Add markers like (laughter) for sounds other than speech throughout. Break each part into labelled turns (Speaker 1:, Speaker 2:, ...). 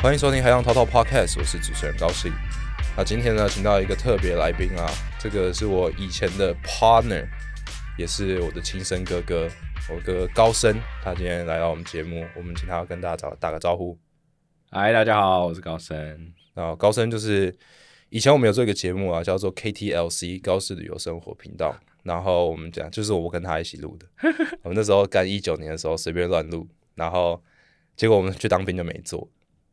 Speaker 1: 欢迎收听海洋淘淘 Podcast，我是主持人高兴。那今天呢，请到一个特别来宾啊，这个是我以前的 partner，也是我的亲生哥哥，我哥哥高升，他今天来到我们节目，我们请他跟大家打打个招呼。
Speaker 2: 嗨，大家好，我是高升。
Speaker 1: 那高升就是以前我们有做一个节目啊，叫做 KTLC 高士旅游生活频道，然后我们讲就是我跟他一起录的，我们那时候干一九年的时候随便乱录，然后结果我们去当兵就没做。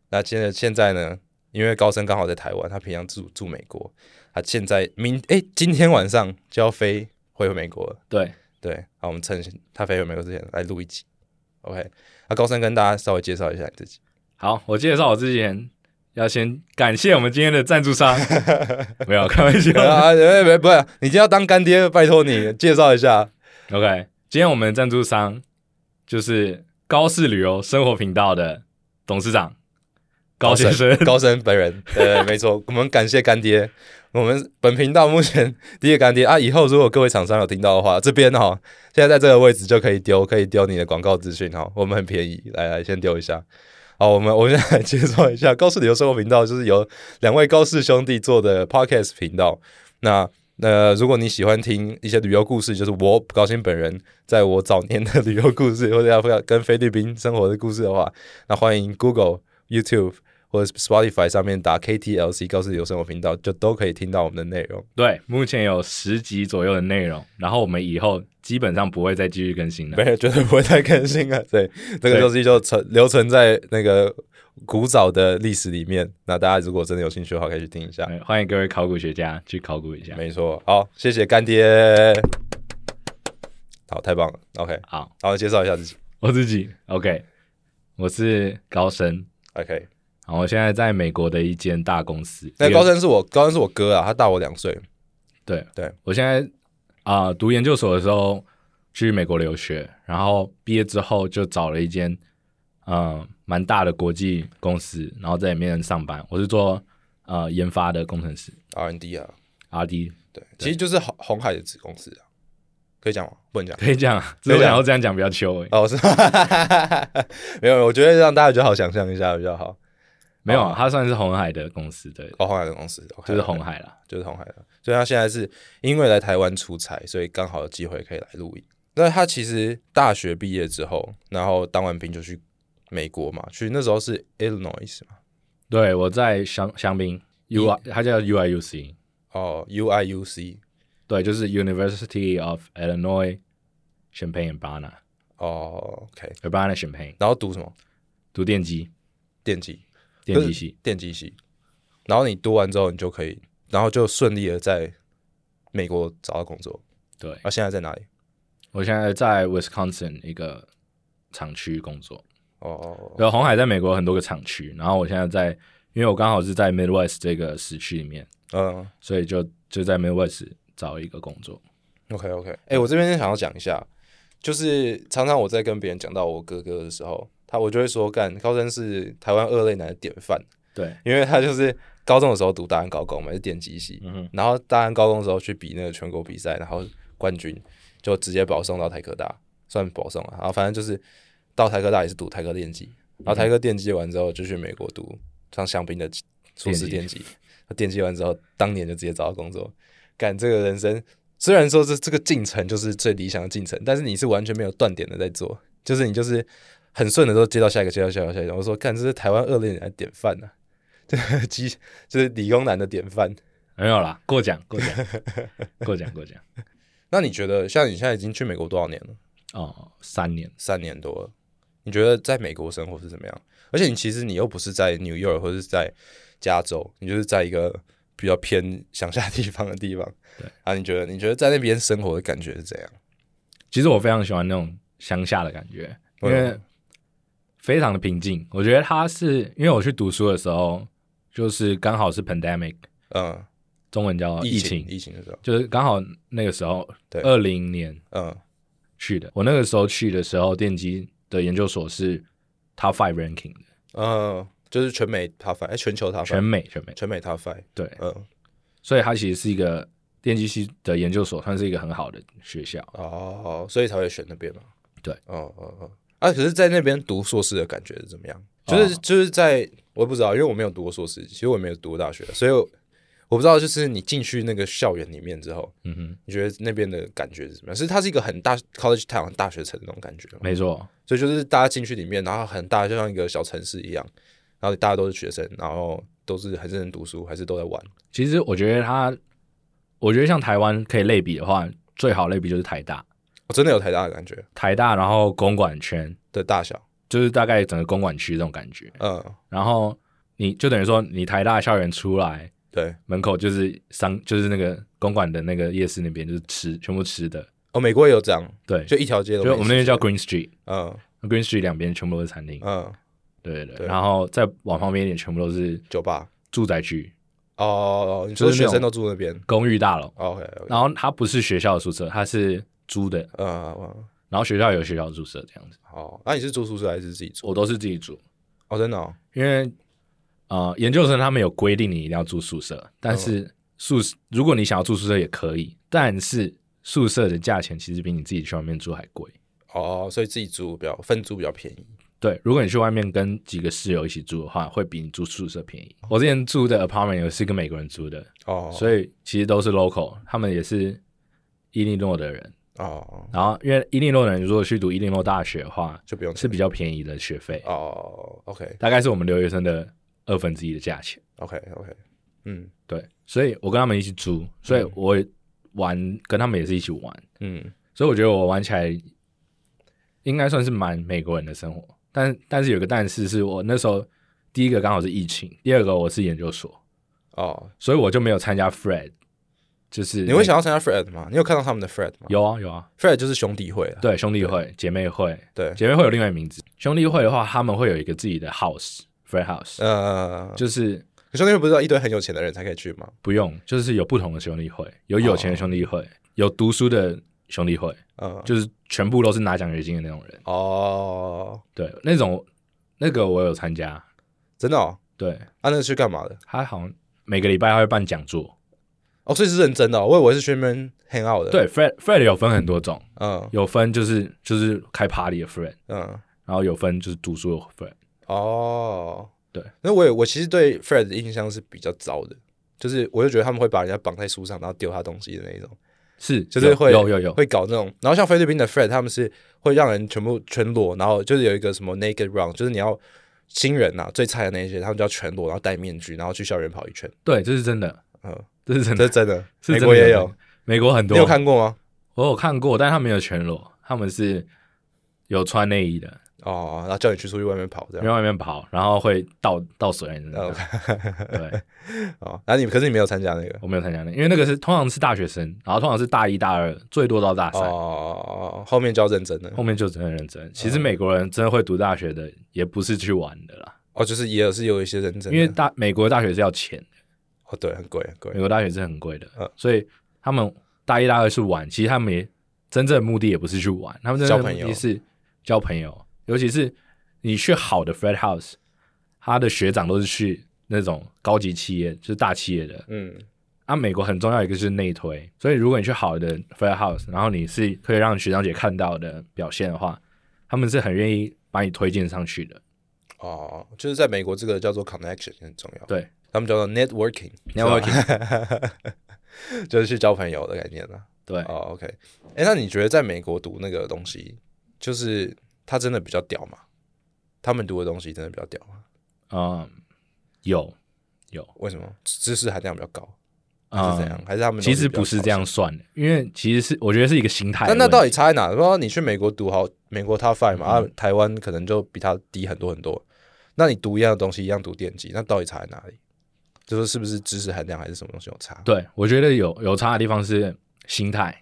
Speaker 1: 那现在现在呢，因为高升刚好在台湾，他平常住住美国，他现在明哎今天晚上就要飞回美国了，
Speaker 2: 对，
Speaker 1: 对，好，我们趁他飞回美国之前来录一集，OK？那高升跟大家稍微介绍一下你自己，
Speaker 2: 好，我介绍我之前要先感谢我们今天的赞
Speaker 1: (laughs)
Speaker 2: 助商，没有开玩笑。
Speaker 1: 啊，没没不是，你今天要当干爹，拜托你介绍一下。
Speaker 2: OK，今天我们的赞助商就是高士旅游生活频道的董事长高先生。
Speaker 1: 高升本人，对对，没错，我们感谢干爹。我们本频道目前第一个干爹啊，以后如果各位厂商有听到的话，这边哈、哦，现在在这个位置就可以丢，可以丢你的广告资讯哈，我们很便宜，来来先丢一下。好，我们我们现在来介绍一下高士旅游生活频道，就是由两位高氏兄弟做的 podcast 频道。那呃，如果你喜欢听一些旅游故事，就是我高鑫本人在我早年的旅游故事，或者要跟菲律宾生活的故事的话，那欢迎 Google、YouTube 或者 Spotify 上面打 KTLC 高士旅游生活频道，就都可以听到我们的内容。
Speaker 2: (laughs) 对，目前有十集左右的内容，然后我们以后基本上不会再继续更新了
Speaker 1: 没。有，绝对不会再更新了。对，这个
Speaker 2: 对
Speaker 1: 东西就存留存在那个古早的历史里面。那大家如果真的有兴趣的话，可以去听一下。
Speaker 2: 对欢迎各位考古学家去考古一下。
Speaker 1: 没错，好，谢谢干爹。好，太棒了。OK，
Speaker 2: 好，
Speaker 1: 好，介绍一下自己。
Speaker 2: 我自己 OK，我是高升，
Speaker 1: OK，
Speaker 2: 然后我现在在美国的一间大公司。
Speaker 1: 那高升是我，高升是我哥啊，他大我两岁。
Speaker 2: 对
Speaker 1: 对，
Speaker 2: 我现在啊、读研究所的时候去美国留学，然后毕业之后就找了一间嗯、呃蛮大的国际公司，然后在里面上班。我是做呃研发的工程师
Speaker 1: R&D 啊，
Speaker 2: RD，
Speaker 1: 对，其实就是红红海的子公司啊，可以讲吗？不能讲。
Speaker 2: 可以这样啊，只是我想要这样讲比较糗哎、欸。
Speaker 1: 哦，是， (laughs) 没有，我觉得让大家比较好想象一下比较好。
Speaker 2: 没有啊，它算是红海的公司，对，
Speaker 1: 哦，红海的公司，OK，
Speaker 2: 就是红海啦。
Speaker 1: 就是红海了，所以他现在是因为来台湾出差，所以刚好有机会可以来录影。那他其实大学毕业之后，然后当完兵就去美国嘛，去那时候是 Illinois 嘛，
Speaker 2: 对，我在香香槟 U I，它叫 U I U C，
Speaker 1: 哦，UIUC，
Speaker 2: 对，就是 University of Illinois Champaign Urbana
Speaker 1: 哦，OK，
Speaker 2: Urbana Champaign，
Speaker 1: 然后读什么
Speaker 2: 读电机
Speaker 1: 电机，
Speaker 2: 电机系。
Speaker 1: 电机系，然后你读完之后你就可以，然后就顺利的在美国找到工作。
Speaker 2: 对，
Speaker 1: 啊，现在在哪里？
Speaker 2: 我现在在 Wisconsin 一个厂区工作。
Speaker 1: 哦哦哦
Speaker 2: 对，红海在美国有很多个厂区，然后我现在在，因为我刚好是在 Midwest 这个时区里面，
Speaker 1: 嗯。
Speaker 2: 所以就就在 Midwest 找一个工作。
Speaker 1: OK OK，哎、我这边想要讲一下，就是常常我在跟别人讲到我哥哥的时候，他我就会说，干高升是台湾二类男的典范，
Speaker 2: 对，
Speaker 1: 因为他就是高中的时候读大安高工嘛，是电机系，
Speaker 2: 嗯哼
Speaker 1: 然后大安高工的时候去比那个全国比赛，然后冠军就直接保送到台科大，算保送了，啊然后反正就是到台科大也是读台科电机，然后台科电机完之后就去美国读上香槟的硕士电
Speaker 2: 电
Speaker 1: 机，电机完之后当年就直接找到工作，干这个人生。虽然说这这个进程就是最理想的进程，但是你是完全没有断点的在做，就是你就是很顺的都接到下一个，接到下一个，接到下一个。我说干，这是台湾二类人的典范呐、啊，这个机就是理工男的典范。
Speaker 2: 没有啦，过奖
Speaker 1: (laughs)
Speaker 2: 过奖过奖过奖。
Speaker 1: 那你觉得，像你现在已经去美国多少年了？
Speaker 2: 哦，三年。
Speaker 1: 三年多了。你觉得在美国生活是怎么样？而且你其实你又不是在 New York 或是在加州，你就是在一个比较偏乡下地方的地方。
Speaker 2: 对
Speaker 1: 啊，你觉得你觉得在那边生活的感觉是怎样？
Speaker 2: 其实我非常喜欢那种乡下的感觉，因
Speaker 1: 为什么
Speaker 2: 为非常的平静。我觉得它是因为我去读书的时候，就是刚好是 pandemic，
Speaker 1: 嗯，
Speaker 2: 中文叫
Speaker 1: 疫
Speaker 2: 哦疫
Speaker 1: 情
Speaker 2: 情，
Speaker 1: 疫情的时候，
Speaker 2: 就是刚好那个时候，
Speaker 1: 对
Speaker 2: 二零年
Speaker 1: 嗯
Speaker 2: 去的。我那个时候去的时候，电机的研究所是 Top Five ranking 的，
Speaker 1: 嗯，就是全美 Top Five，哎、全球 Top Five，
Speaker 2: 全美全美。
Speaker 1: 全美 Top Five，
Speaker 2: 对，
Speaker 1: 嗯，
Speaker 2: 所以它其实是一个电机系的研究所，算是一个很好的学校。
Speaker 1: 哦，所以才会选那边嘛。
Speaker 2: 对，
Speaker 1: 哦哦哦，啊，可是，在那边读硕士的感觉是怎么样？就是、
Speaker 2: 哦
Speaker 1: 就是在我也不知道，因为我没有读过硕士，其实我也没有读过大学，所以我我不知道，就是你进去那个校园里面之后，
Speaker 2: 嗯哼，
Speaker 1: 你觉得那边的感觉是怎么样？是它是一个很大 college town 大学城那种感觉吗？
Speaker 2: 没错，
Speaker 1: 所以就是大家进去里面，然后很大，就像一个小城市一样，然后大家都是学生，然后都是很认真读书，还是都在玩。
Speaker 2: 其实我觉得它，我觉得像台湾可以类比的话，最好类比就是台大，
Speaker 1: 我哦真的有台大的感觉
Speaker 2: 台大，然后公馆圈
Speaker 1: 的大小，
Speaker 2: 就是大概整个公馆区这种感觉，
Speaker 1: 嗯，
Speaker 2: 然后你就等于说你台大校园出来。
Speaker 1: 对。
Speaker 2: 门口就是商，就是那个公馆的那个夜市那边，就是吃全部吃的，
Speaker 1: 哦，美国也有这样，
Speaker 2: 对，
Speaker 1: 就一条街都
Speaker 2: 就
Speaker 1: 没
Speaker 2: 我们那边
Speaker 1: 事
Speaker 2: 叫 Green Street，Green
Speaker 1: 嗯
Speaker 2: Street 两边全部都是餐厅，
Speaker 1: 嗯
Speaker 2: 对对
Speaker 1: 对
Speaker 2: 对，然后再往旁边一点，全部都是
Speaker 1: 酒吧。
Speaker 2: 住宅区、
Speaker 1: 哦，你
Speaker 2: 就
Speaker 1: 说
Speaker 2: 是那
Speaker 1: 学
Speaker 2: 种
Speaker 1: 生都住那边哦
Speaker 2: 公寓大楼，
Speaker 1: ？OK OK，
Speaker 2: 然后它不是学校的宿舍，它是租的，
Speaker 1: 嗯，嗯
Speaker 2: 然后学校有学校宿舍这样子，
Speaker 1: 好，那你是住宿舍还是自己住？
Speaker 2: 我都是自己住，
Speaker 1: 哦，真的哦，
Speaker 2: 因为呃，研究生他们有规定你一定要住宿舍，但
Speaker 1: 嗯
Speaker 2: 是宿舍如果你想要住宿舍也可以，但是宿舍的价钱其实比你自己去外面住还贵。
Speaker 1: 哦，所以自己住比较分租比较便宜。
Speaker 2: 对，如果你去外面跟几个室友一起住的话，会比你住宿舍便宜。我之前住的 apartment 有是跟美国人租的，
Speaker 1: 哦，以
Speaker 2: 所以其实都是 local，他们也是伊利诺的人。
Speaker 1: 哦
Speaker 2: 然后因为伊利诺的人如果去读伊利诺大学的话，
Speaker 1: 就不用
Speaker 2: 是
Speaker 1: 钱
Speaker 2: 比较便宜的学费，
Speaker 1: 哦，OK
Speaker 2: 大概是我们留学生的二分之一的价钱。
Speaker 1: OK OK，嗯
Speaker 2: 对，所以我跟他们一起住，所以我玩跟他们也是一起玩，
Speaker 1: 嗯，
Speaker 2: 所以我觉得我玩起来应该算是蛮美国人的生活。但但是有个但是是我那时候第一个刚好是疫情，第二个我是研究所，
Speaker 1: 哦，
Speaker 2: 所以我就没有参加 Fred，就是
Speaker 1: 你会想要参加 Fred 吗？你有看到他们的 Fred 吗？
Speaker 2: 有啊有啊，
Speaker 1: Fred 就是兄弟会了，
Speaker 2: 对兄弟会、姐妹会，
Speaker 1: 对，
Speaker 2: 姐妹会有另外一个名字，兄弟会的话他们会有一个自己的 house，Fred house，、
Speaker 1: 呃，
Speaker 2: 就是
Speaker 1: 兄弟会不是要一堆很有钱的人才可以去吗？
Speaker 2: 不用，就是有不同的兄弟会，有有钱的兄弟会，
Speaker 1: 哦
Speaker 2: 有读书的兄弟会。
Speaker 1: 嗯，
Speaker 2: 就是全部都是拿奖学金的那种人。
Speaker 1: 哦，
Speaker 2: 对，那种那个我有参加，
Speaker 1: 真的哦，
Speaker 2: 对
Speaker 1: 啊，那是去干嘛的？
Speaker 2: 他好像每个礼拜他会办讲座。
Speaker 1: 哦，所以是认真的哦，我以为是去那边 hang out 的。，
Speaker 2: 对，Fred Fred 有分很多种，
Speaker 1: 嗯
Speaker 2: 有分就是就是开 party 的 Fred，
Speaker 1: 嗯，
Speaker 2: 然后有分就是读书的 Fred。
Speaker 1: 哦，
Speaker 2: 对，
Speaker 1: 那我也我其实对 Fred 的印象是比较糟的，就是我就觉得他们会把人家绑在树上，然后丢他东西的那一种，
Speaker 2: 是，
Speaker 1: 就是
Speaker 2: 有
Speaker 1: 会
Speaker 2: 有有有，
Speaker 1: 会搞那种。然后像菲律宾的 Fred，他们是会让人全部全裸，然后就是有一个什么 naked round，就是你要新人呐、最菜的那些，他们就要全裸，然后戴面具，然后去校园跑一圈。
Speaker 2: 对，这是真的，
Speaker 1: 嗯，
Speaker 2: 这是真
Speaker 1: 这
Speaker 2: 的
Speaker 1: 是，真的，
Speaker 2: 是
Speaker 1: 美
Speaker 2: 真的
Speaker 1: 国也有，，
Speaker 2: 美国很多。
Speaker 1: 你有看过吗？
Speaker 2: 我有看过，但他们没有全裸，他们是有穿内衣的，
Speaker 1: 哦，然后叫你去出去外面跑这
Speaker 2: 因
Speaker 1: 样。
Speaker 2: 为外面跑，然后会倒倒水的那
Speaker 1: 哦
Speaker 2: 种。 (laughs) 对，
Speaker 1: 哦，然后你可是你没有参加那个。
Speaker 2: 我没有参加那个，因为那个是通常是大学生，然后通常是大一大二，最多到大三，
Speaker 1: 哦，后面就要认真了。
Speaker 2: 后面就真的认
Speaker 1: 嗯
Speaker 2: 真。其实美国人真的会读大学的，也不是去玩的啦，
Speaker 1: 哦，就是也有是有一些认真的，
Speaker 2: 因为大美国大学是要钱的，
Speaker 1: 哦对，很贵很贵
Speaker 2: 美。国大学是很贵的，
Speaker 1: 嗯
Speaker 2: 所以他们大一大二是玩，其实他们也真正的目的也不是去玩，他们真正的目
Speaker 1: 交朋
Speaker 2: 的
Speaker 1: 友
Speaker 2: 是交朋友，尤其是你去好的 Fred House，他的学长都是去那种高级企业，就是大企业的，
Speaker 1: 嗯，
Speaker 2: 啊，美国很重要一个是内推，所以如果你去好的 Fair House，然后你是可以让学长姐看到的表现的话，他们是很愿意把你推荐上去的。
Speaker 1: 哦，就是在美国这个叫做 connection 很重要，
Speaker 2: 对
Speaker 1: 他们叫做 networking，networking (laughs) 就是去交朋友的概念啦。
Speaker 2: 对，
Speaker 1: 哦，OK，哎，那你觉得在美国读那个东西，就是它真的比较屌吗？他们读的东西真的比较屌吗？
Speaker 2: 嗯，有有
Speaker 1: 为什么知识含量比较高，还
Speaker 2: 啊，
Speaker 1: 哦是怎样？还是他们
Speaker 2: 其实不是这样
Speaker 1: 说。
Speaker 2: 算的，因为其实是我觉得是一个心态的
Speaker 1: 那
Speaker 2: 问题。
Speaker 1: 那到底差在哪？说你去美国读好美国 Top Five
Speaker 2: 嗯
Speaker 1: 嘛，啊，台湾可能就比它低很多很多。那你读一样的东西，一样读电机，那到底差在哪里？就是是不是知识含量还是什么东西有差？
Speaker 2: 对我觉得有有差的地方是心态，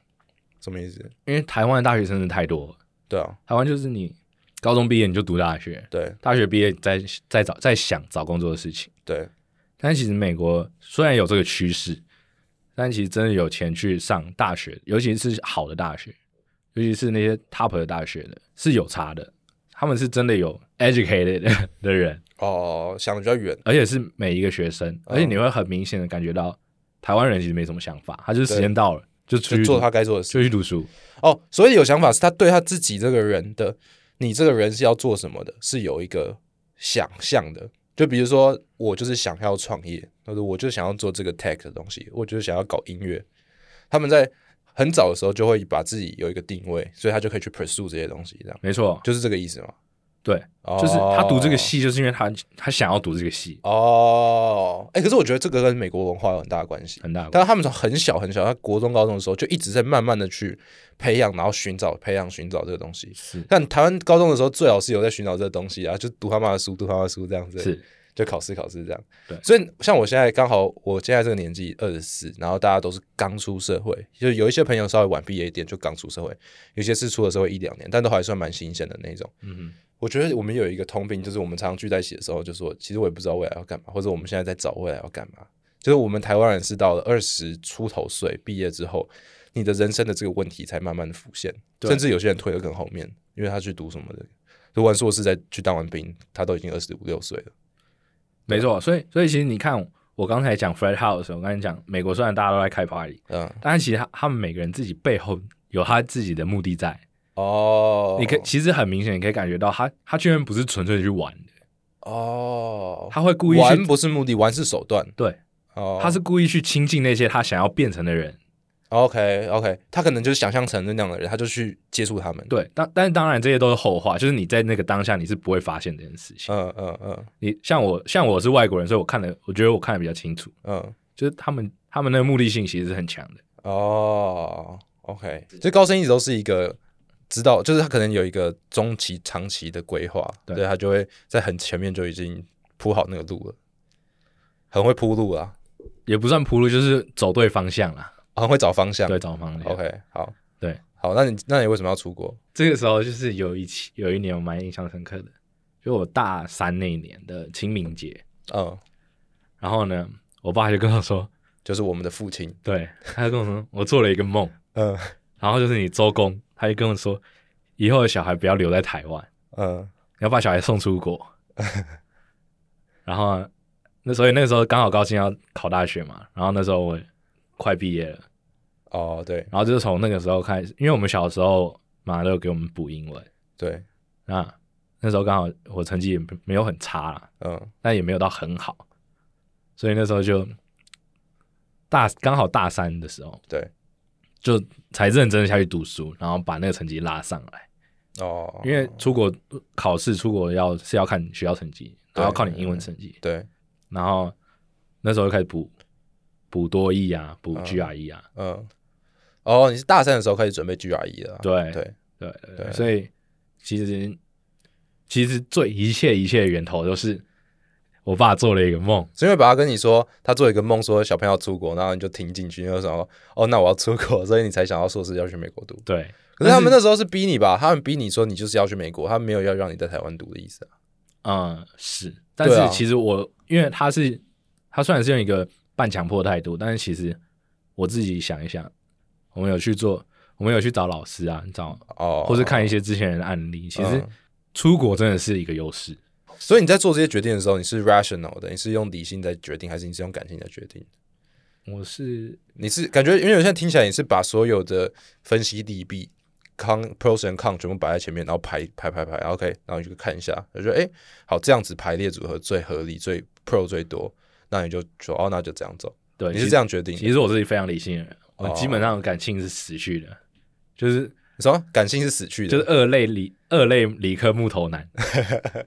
Speaker 1: 什么意思？
Speaker 2: 因为台湾的大学生是太多了，
Speaker 1: 对啊，
Speaker 2: 台湾就是你高中毕业你就读大学，
Speaker 1: 对
Speaker 2: 大学毕业再再找再想找工作的事情。
Speaker 1: 对，
Speaker 2: 但其实美国虽然有这个趋势，但其实真的有钱去上大学，尤其是好的大学，尤其是那些 top 的大学的，是有差的。他们是真的有 educated 的的人，
Speaker 1: 哦，想的比较远，
Speaker 2: 而且是每一个学生，而
Speaker 1: 嗯
Speaker 2: 且你会很明显的感觉到台湾人其实没什么想法，他就是时间到了就出
Speaker 1: 就
Speaker 2: 去
Speaker 1: 做
Speaker 2: 读
Speaker 1: 他该做的事。
Speaker 2: 就去读书，
Speaker 1: 哦，所以有想法是他对他自己这个人的，你这个人是要做什么的，是有一个想象的，就比如说，我就是想要创业，或者我就想要做这个 tech 的东西，我就是想要搞音乐。他们在很早的时候就会把自己有一个定位，所以他就可以去 pursue 这些东西，这样
Speaker 2: 没错，
Speaker 1: 就是这个意思嘛。
Speaker 2: 对，
Speaker 1: 哦
Speaker 2: 就是他读这个系，就是因为他他想要读这个系，
Speaker 1: 哦，哎、可是我觉得这个跟美国文化有很大的关系。
Speaker 2: 很大的
Speaker 1: 但是他们从很小很小，他国中、高中的时候就一直在慢慢的去培养，然后寻找、培养、寻找这个东西。
Speaker 2: 是
Speaker 1: 但台湾高中的时候，最好是有在寻找这个东西啊，就读他妈的书，读他妈的书这样子。
Speaker 2: 是
Speaker 1: 就考试考试这样。
Speaker 2: 对
Speaker 1: 所以像我现在刚好，我现在这个年纪二十四，然后大家都是刚出社会，就有一些朋友稍微晚毕业一点就刚出社会，有些是出了社会一两年，但都还算蛮新鲜的那种。
Speaker 2: 嗯哼，
Speaker 1: 我觉得我们有一个通病，就是我们常常聚在一起的时候，就说其实我也不知道未来要干嘛，或者我们现在在找未来要干嘛。就是我们台湾人是到了二十出头岁毕业之后，你的人生的这个问题才慢慢的浮现，
Speaker 2: 对
Speaker 1: 甚至有些人推得更后面，因为他去读什么的，读完硕士再去当完兵，他都已经二十五六岁了。
Speaker 2: 没错。所以所以其实你看，我刚才讲 Fred House，我跟你讲，美国虽然大家都在开 party，
Speaker 1: 嗯，
Speaker 2: 但是其实他他们每个人自己背后有他自己的目的在。
Speaker 1: 哦，
Speaker 2: 你可其实很明显，你可以感觉到他他居然不是纯粹去玩的，
Speaker 1: 哦，
Speaker 2: 他会故意
Speaker 1: 玩
Speaker 2: 去
Speaker 1: 不是目的，玩是手段。
Speaker 2: 对，
Speaker 1: 哦，
Speaker 2: 他是故意去亲近那些他想要变成的人。
Speaker 1: OK OK，他可能就是想象成那样的人，他就去接触他们。，
Speaker 2: 对，但但当然这些都是后话，就是你在那个当下你是不会发现这件事情。
Speaker 1: 嗯嗯嗯
Speaker 2: 你像我像我是外国人，所以我看的我觉得我看的比较清楚，
Speaker 1: 嗯，
Speaker 2: 就是他们他们那个目的性其实是很强的。
Speaker 1: 哦，OK，这高升一直都是一个知道，就是他可能有一个中期、长期的规划，
Speaker 2: 对
Speaker 1: 对他就会在很前面就已经铺好那个路了，很会铺路啊，
Speaker 2: 也不算铺路，就是走对方向啦，
Speaker 1: 很会找方向。
Speaker 2: 对，找方向。
Speaker 1: OK，好，
Speaker 2: 对，
Speaker 1: 好，那你那你为什么要出国？
Speaker 2: 这个时候就是有一期有一年我蛮印象深刻的，就我大三那一年的清明节，
Speaker 1: 嗯，
Speaker 2: 然后呢，我爸就跟我说，
Speaker 1: 就是我们的父亲，
Speaker 2: 对，他就跟我说，我做了一个梦， (laughs)
Speaker 1: 嗯
Speaker 2: 然后就是你周公，他就跟我说，以后的小孩不要留在台湾，
Speaker 1: 嗯
Speaker 2: 你要把小孩送出国。 (laughs) 然后呢那所以那个时候刚好高兴要考大学嘛，然后那时候我快毕业了，
Speaker 1: 哦，对
Speaker 2: 然后就是从那个时候开始，因为我们小时候马上都有给我们补英文。
Speaker 1: 对，
Speaker 2: 那那时候刚好我成绩也没有很差啦，
Speaker 1: 嗯
Speaker 2: 但也没有到很好，所以那时候就大刚好大三的时候
Speaker 1: 对，
Speaker 2: 就才认真的下去读书，然后把那个成绩拉上来。
Speaker 1: 哦，
Speaker 2: 因为出国考试出国要是要看学校成绩，
Speaker 1: 对
Speaker 2: 然后靠你英文成绩，
Speaker 1: 对，
Speaker 2: 然后那时候就开始补补多益啊，补 GRE 啊，
Speaker 1: 嗯，哦，你是大三的时候开始准备 GRE 了啊，
Speaker 2: 对
Speaker 1: 对，
Speaker 2: 对对
Speaker 1: 对
Speaker 2: 对，所以其实其实最一切一切的源头都是我爸做了一个梦。
Speaker 1: 是因为爸爸跟你说他做一个梦，说小朋友出国，然后你就听进去，你就想说哦，那我要出国，所以你才想要硕士要去美国
Speaker 2: (laughs)
Speaker 1: 读。
Speaker 2: 对，
Speaker 1: 可是他们那时候是逼你吧？他们逼你说你就是要去美国，他们没有要让你在台湾读的意思啊。
Speaker 2: 嗯，是，但
Speaker 1: 对啊
Speaker 2: 是其实我、因为他是他虽然是用一个半强迫的态度，但是其实我自己想一想，我们有去做，我们有去找老师啊，找
Speaker 1: 哦，
Speaker 2: 或是看一些之前人的案例，其实
Speaker 1: 嗯
Speaker 2: 出国真的是一个优势。
Speaker 1: 所以你在做这些决定的时候，你是 rational 的，你是用理性在决定，还是你是用感性在决定？
Speaker 2: 我是
Speaker 1: 你是感觉，因为我现在听起来你是把所有的分析利弊、con pros and con 全部摆在前面，然后排排排排然后，OK，然后你就看一下，就觉得哎、诶好，这样子排列组合最合理、最 pro 最多，那你就说哦，那就这样走。
Speaker 2: 对，
Speaker 1: 你
Speaker 2: 其
Speaker 1: 是
Speaker 2: 实
Speaker 1: 这样决定的？
Speaker 2: 其实我是非常理性的人，我
Speaker 1: 哦
Speaker 2: 基本上感性是死去的，就是
Speaker 1: 你说感性是死去的，
Speaker 2: 就是二类理二类理科木头男，
Speaker 1: (laughs)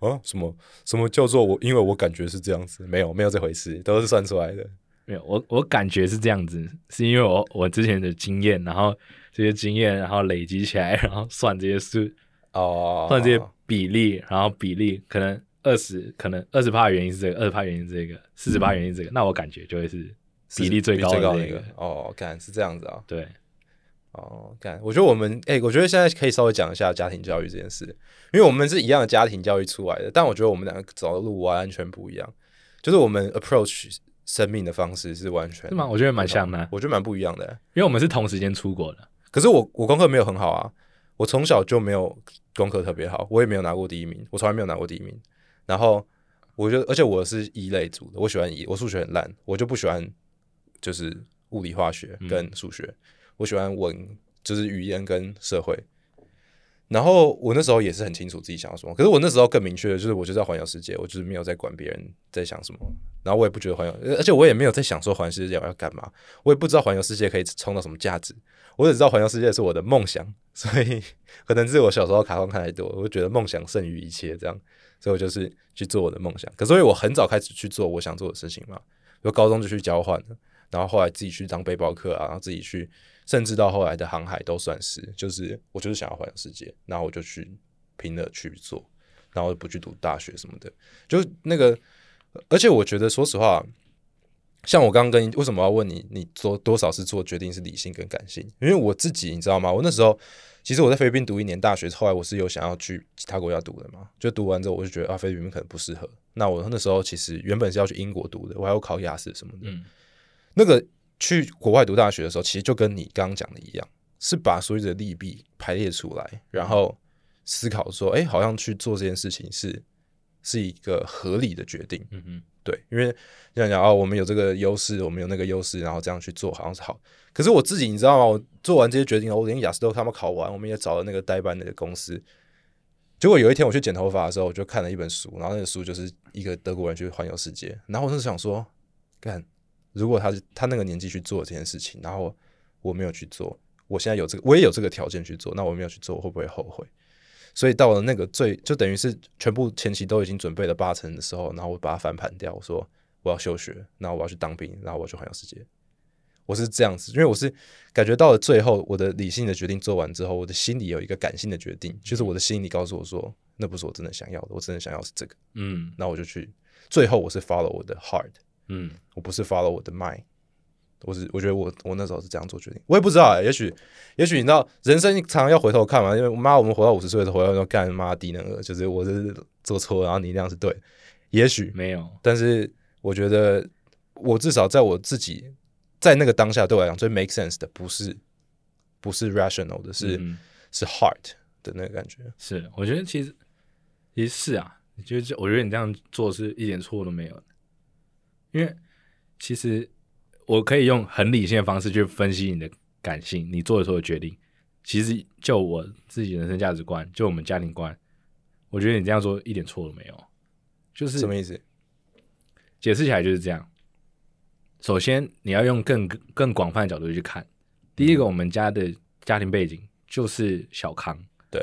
Speaker 1: 哦，什么什么叫做我？因为我感觉是这样子，没有没有这回事，都是算出来的。
Speaker 2: 没有，我我感觉是这样子，是因为我我之前的经验，然后这些经验，然后累积起来，然后算这些数，
Speaker 1: 哦，
Speaker 2: 算这些比例，然后比例可能二十，可能二十趴原因是这个，二十趴原因是这个，四十趴原因是这个，那我感觉就会是
Speaker 1: 嗯是
Speaker 2: 比例最高
Speaker 1: 比
Speaker 2: 的
Speaker 1: 的
Speaker 2: 那
Speaker 1: 一
Speaker 2: 个。
Speaker 1: 哦，感是这样子啊、
Speaker 2: 对，
Speaker 1: 哦，干，我觉得我们，哎、我觉得现在可以稍微讲一下家庭教育这件事，因为我们是一样的家庭教育出来的，但我觉得我们两个走的路完全不一样，就是我们 approach 生命的方式是完全
Speaker 2: 是吗？我觉得蛮像的，
Speaker 1: 我觉得蛮不一样的、
Speaker 2: 因为我们是同时间出国的。
Speaker 1: 可是我我功课没有很好啊，我从小就没有功课特别好，我也没有拿过第一名，我从来没有拿过第一名。然后我就而且我是一类组的，我喜欢一，我数学很烂，我就不喜欢就是物理化学跟数学，我喜欢文就是语言跟社会。然后我那时候也是很清楚自己想要什么，可是我那时候更明确的就是，我就在环游世界，我就是没有在管别人在想什么，然后我也不觉得环游，呃而且我也没有在想说环游世界我要干嘛，我也不知道环游世界可以创造什么价值，我只知道环游世界是我的梦想， (laughs) 所以可能是我小时候卡通看太多，我就觉得梦想胜于一切这样，所以我就是去做我的梦想。可是因为我很早开始去做我想做的事情嘛，就高中就去交换了，然后后来自己去当背包客啊，然后自己去，甚至到后来的航海都算是，就是我就是想要环游世界，然后我就去拼了去做，然后不去读大学什么的，就那个，而且我觉得说实话。像我刚刚跟你为什么要问你，你做多少是做决定是理性跟感性？因为我自己你知道吗？我那时候其实我在菲律宾读一年大学，后来我是有想要去其他国家读的嘛，就读完之后我就觉得啊，菲律宾可能不适合。那我那时候其实原本是要去英国读的，我还要考雅思什么的。
Speaker 2: 嗯
Speaker 1: 那个去国外读大学的时候，其实就跟你刚刚讲的一样，是把所有的利弊排列出来，然后思考说，哎、好像去做这件事情是是一个合理的决定。
Speaker 2: 嗯哼，
Speaker 1: 对，因为这样讲哦，我们有这个优势，我们有那个优势，然后这样去做好像是好。可是我自己你知道吗？我做完这些决定后，哦我连雅思都他妈考完，我们也找了那个代班的公司。结果有一天我去剪头发的时候，我就看了一本书，然后那个书就是一个德国人去环游世界，然后我就想说，干，如果他是他那个年纪去做这件事情，然后我没有去做，我现在有这个，我也有这个条件去做，那我没有去做，我会不会后悔？所以到了那个最，就等于是全部前期都已经准备了八成的时候，然后我把它反盘掉，我说我要休学，然后我要去当兵，然后我要去环游世界。我是这样子，因为我是感觉到了最后，我的理性的决定做完之后，我的心里有一个感性的决定，就是我的心里告诉我说，那不是我真的想要的，我真的想要是这个，
Speaker 2: 嗯
Speaker 1: 那我就去。最后我是 follow 我的 heart，
Speaker 2: 嗯
Speaker 1: 我不是 follow 我的 mind。我是我觉得我我那时候是这样做决定，我也不知道、欸，也许也许你知道，人生常常要回头看嘛，因为妈我们活到五十岁的时候回头说干妈低能儿，就是我这是做错，然后你那样是对，也许，
Speaker 2: 没有，
Speaker 1: 但是我觉得我至少在我自己在那个当下对我来讲最 make sense 的不是不是 rational 的是、
Speaker 2: 嗯
Speaker 1: 是 heart 的那个感觉，
Speaker 2: 是，我觉得其实其实是啊，你觉得这我觉得你这样做是一点错都没有的，因为其实我可以用很理性的方式去分析你的感性，你做的所有决定，其实就我自己人生价值观，就我们家庭观，我觉得你这样做一点错都没有，就是
Speaker 1: 什么意思？
Speaker 2: 解释起来就是这样。首先，你要用更更广泛的角度去看。第
Speaker 1: 嗯
Speaker 2: 一个，我们家的家庭背景就是小康，
Speaker 1: 对